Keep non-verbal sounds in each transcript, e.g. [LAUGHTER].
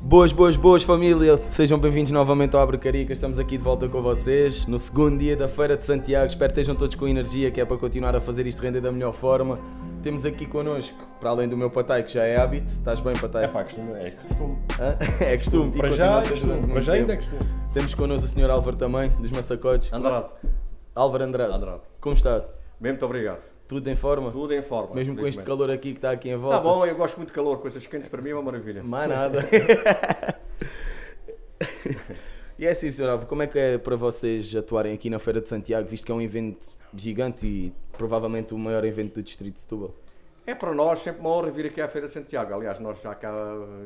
Boas, boas, boas família, sejam bem-vindos novamente ao Abre Carica, estamos aqui de volta com vocês no segundo dia da Feira de Santiago, espero que estejam todos com energia, que é para continuar a fazer isto render da melhor forma. Temos aqui connosco, para além do meu patai que já é hábito, estás bem patai? É pá, costume, é costume. Hã? [LAUGHS] É costume, e Para continua já, a ser é costume. durante Para muito já ainda é tempo. costume. Temos connosco o senhor Álvaro também, dos Massacotes. Andrade, Álvaro Andrade. Andrade. Como está? bem, muito obrigado. Tudo em forma? Tudo em forma. Mesmo com este calor aqui que está aqui em volta? Está bom, eu gosto muito de calor, coisas quentes para mim é uma maravilha. Mais nada. [LAUGHS] e é assim, Sr. Alvo, como é que é para vocês atuarem aqui na Feira de Santiago, visto que é um evento gigante e provavelmente o maior evento do Distrito de Setúbal? É para nós sempre uma honra vir aqui à Feira de Santiago. Aliás, nós já cá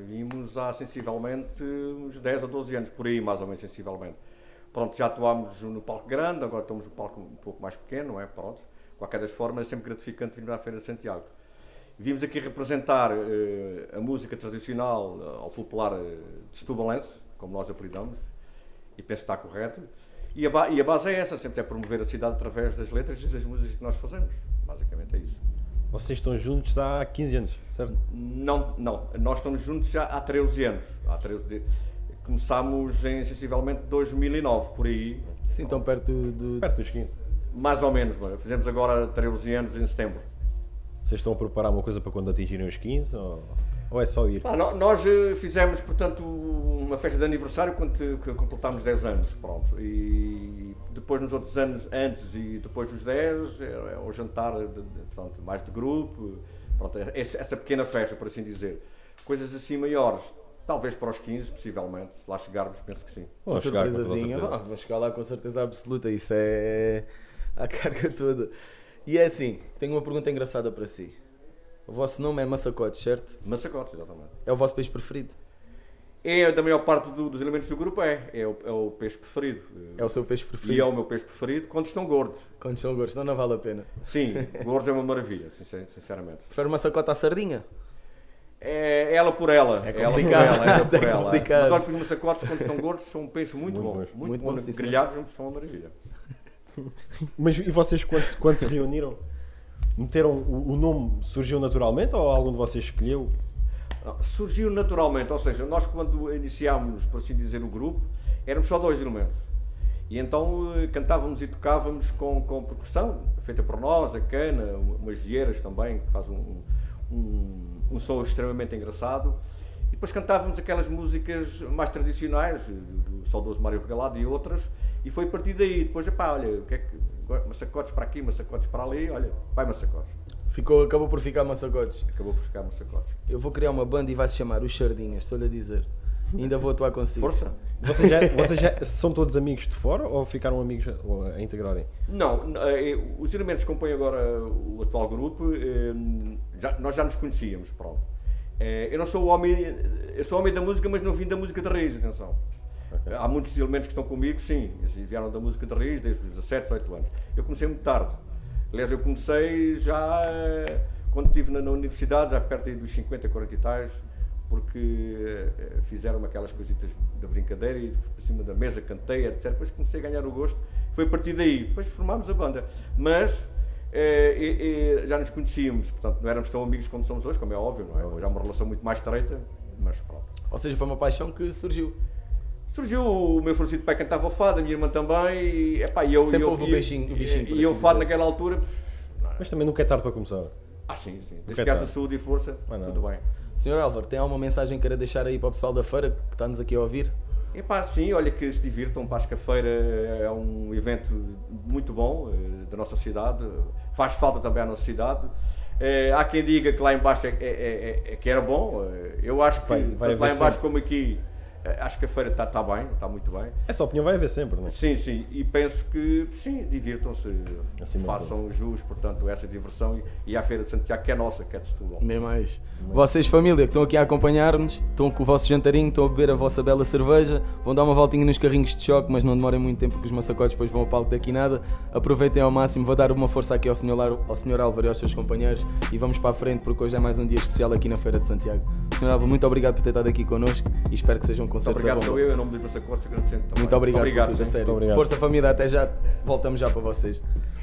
vimos há sensivelmente uns 10 a 12 anos, por aí mais ou menos sensivelmente. Pronto, já atuámos no palco grande, agora estamos no palco um pouco mais pequeno, não é? Pronto. De qualquer das formas, é sempre gratificante vir à Feira de Santiago. Vimos aqui representar eh, a música tradicional eh, ao popular eh, de Setubalense, como nós apelidamos, e penso que está correto. E a, ba- e a base é essa, sempre é promover a cidade através das letras e das músicas que nós fazemos. Basicamente é isso. Vocês estão juntos há 15 anos, certo? Não, não. Nós estamos juntos já há 13 anos. Há 13 de- Começámos em, sensivelmente, 2009, por aí. Sim, tão perto do. Perto dos 15. Mais ou menos, mas fizemos agora 13 anos em setembro. Vocês estão a preparar uma coisa para quando atingirem os 15 ou, ou é só ir? Pá, no- nós eh, fizemos, portanto, uma festa de aniversário quando te- que completámos 10 anos, pronto. E depois nos outros anos, antes e depois dos 10, era o jantar, de- de- pronto, mais de grupo, pronto, é- esse- essa pequena festa, por assim dizer. Coisas assim maiores, talvez para os 15, possivelmente, se lá chegarmos, penso que sim. Vão Uma chegar, com toda a surpresazinha. certeza. Ah, vou chegar lá com certeza absoluta, isso é. [LAUGHS] a carga toda. E é assim, tenho uma pergunta engraçada para si. O vosso nome é Massacotes, certo? Massacotes, exatamente. É o vosso peixe preferido? É, da maior parte do- dos elementos do grupo é, é o, é o peixe preferido. É o seu peixe E é preferido? o meu peixe preferido quando estão gordos. Quando estão gordos, não, não vale a pena. [LAUGHS] Sim, gordos é uma maravilha, sincer- sinceramente. Prefere massacota à sardinha? É ela por ela. É ela por complicado. ela, ela por [LAUGHS] É ela. complicado. Mas olha que os maçacotes, quando estão gordos, são um peixe muito, Muito bom. bons. Muito, Muito bom. bom, sim, Grelhados são uma maravilha. Mas e vocês, quando, quando se reuniram, meteram o, o nome, surgiu naturalmente ou algum de vocês escolheu? Ah, Surgiu naturalmente, ou seja, nós quando iniciámos, por assim dizer, o grupo, éramos só dois elementos. E então eh, cantávamos e tocávamos com, com percussão, feita por nós, a cana, umas vieiras também, que faz um, um, um som extremamente engraçado. E depois cantávamos aquelas músicas mais tradicionais, eh, do, do saudoso Mário Regalado e outras, e foi a partir daí. Depois, epá, olha, o que é que. Massacotes para aqui, massacotes para ali, olha, vai massacotes. Ficou, acabou por ficar massacotes. Acabou por ficar massacotes. Eu vou criar uma banda e vai se chamar Os Sardinhas, estou-lhe a dizer. Ainda vou atuar consigo. Força! Vocês já, vocês já são todos amigos de fora ou ficaram amigos a, a integrarem? Não, n- eh, os elementos que compõem agora o atual grupo, eh, já- nós já nos conhecíamos, pronto. Eh, Eu não sou o homem, eu sou homem da música, mas não vim da música de raiz, atenção. Há muitos elementos que estão comigo, sim, assim, vieram da música de raiz desde os 17, 18 anos. Eu comecei muito tarde. Aliás, eu comecei já eh, quando estive na, na universidade, já perto aí dos 50, 40 e tais, porque eh, fizeram aquelas coisitas da brincadeira e por cima da mesa cantei, etc. Depois comecei a ganhar o gosto, foi a partir daí. Depois formámos a banda. Mas eh, eh, eh, já nos conhecíamos, portanto não éramos tão amigos como somos hoje, como é óbvio, não é? Hoje há uma relação muito mais estreita, mas pronto. Ou seja, foi uma paixão que surgiu. Surgiu o meu falecido pai cantava o fado, a minha irmã também, e, epá, e eu, Sempre e eu, houve o e- beijinho- o bichinho, por e, e eu assim fado dizer. naquela altura, pff, não, Mas também nunca é tarde para começar. ah sim, sim, Ok, desde que haja tá. saúde e força, é Mas não. tudo bem. Senhor Álvaro, tem alguma mensagem que queira deixar aí para o pessoal da feira que está-nos aqui a ouvir? Epá, sim, olha que se divirtam, Pasca-feira é um evento muito bom eh, da nossa cidade, faz falta também à nossa cidade. Eh, Há quem diga que lá embaixo é, é- é- é que era bom, eh, eu acho que Vai- vai tanto lá haver embaixo sempre. como aqui, eh, acho que a feira está tá bem, está muito bem. Essa opinião vai haver sempre, não é? Sim, sim, e penso que sim, divirtam-se, Acima de façam jus, portanto, a essa diversão e, e à Feira de Santiago, que é nossa, que é de Setúbal. Nem mais. Vocês, família, que estão aqui a acompanhar-nos, estão com o vosso jantarinho, estão a beber a vossa bela cerveja, vão dar uma voltinha nos carrinhos de choque, mas não demorem muito tempo porque os massacotes depois vão ao palco daqui nada. Aproveitem ao máximo, vou dar uma força aqui ao senhor, Lar- ao senhor Álvaro e aos seus companheiros e vamos para a frente porque hoje é mais um dia especial aqui na Feira de Santiago. Senhor Álvaro, muito obrigado por ter estado aqui connosco e espero que seja um Muito concerto da obrigado, bomba. sou eu, em nome dos meus acordos, agradecendo também. Muito obrigado, por obrigado tudo, a sim. sério. Muito obrigado. Força família, até já. Voltamos já para vocês.